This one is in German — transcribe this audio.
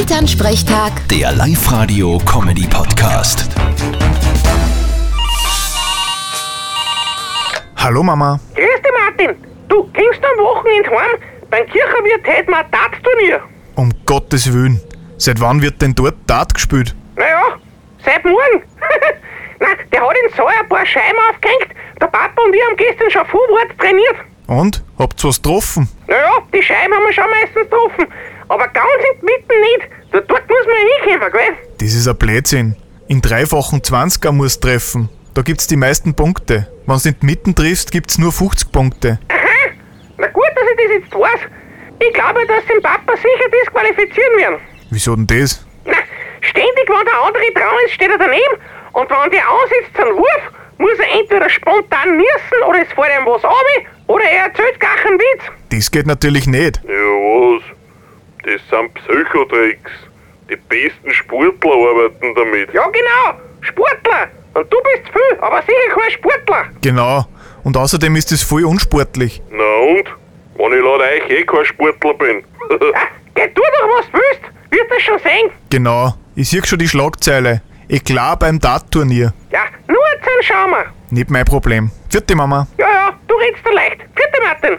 Elternsprechtag, Der Live-Radio-Comedy-Podcast. Hallo Mama. Grüß dich, Martin. Du kommst am Wochenende heim. Beim Kircher wird heute mein Darts-Turnier. Um Gottes Willen. Seit wann wird denn dort Dart gespielt? Naja, seit morgen. Nein, der hat in Sau ein paar Scheiben aufgehängt. Der Papa und ich haben gestern schon vorwärts trainiert. Und? Habt's was getroffen? Naja, die Scheiben haben wir schon meistens getroffen. Aber ganz inmitten nicht. Da, dort muss man hinkommen, gell? Das ist ein Blödsinn. In dreifachen 20er musst treffen. Da gibt's die meisten Punkte. Wenn's nicht mitten triffst, gibt's nur 50 Punkte. Aha, Ah, na gut, dass ich das jetzt weiß. Ich glaube, dass den Papa sicher disqualifizieren werden. Wieso denn das? Na, ständig, wenn der andere dran ist, steht er daneben. Und wenn der ansetzt einen Wurf, muss er entweder spontan niesen oder es fällt ihm was an oder er erzählt gar keinen Witz. Das geht natürlich nicht. Ja, was? Das sind Psychotricks. Die besten Sportler arbeiten damit. Ja, genau, Sportler. Und du bist viel, aber sicher kein Sportler. Genau. Und außerdem ist es voll unsportlich. Na und? Wenn ich laut euch eh kein Sportler bin. Ja, geh du doch, was du willst, wirst das schon sehen. Genau. Ich sieg schon die Schlagzeile. Eklar beim Dart-Turnier. Ja, nur jetzt einen schauen wir. Nicht mein Problem. Vierte Mama. Ja, ja, du redst da leicht. Vierte Martin.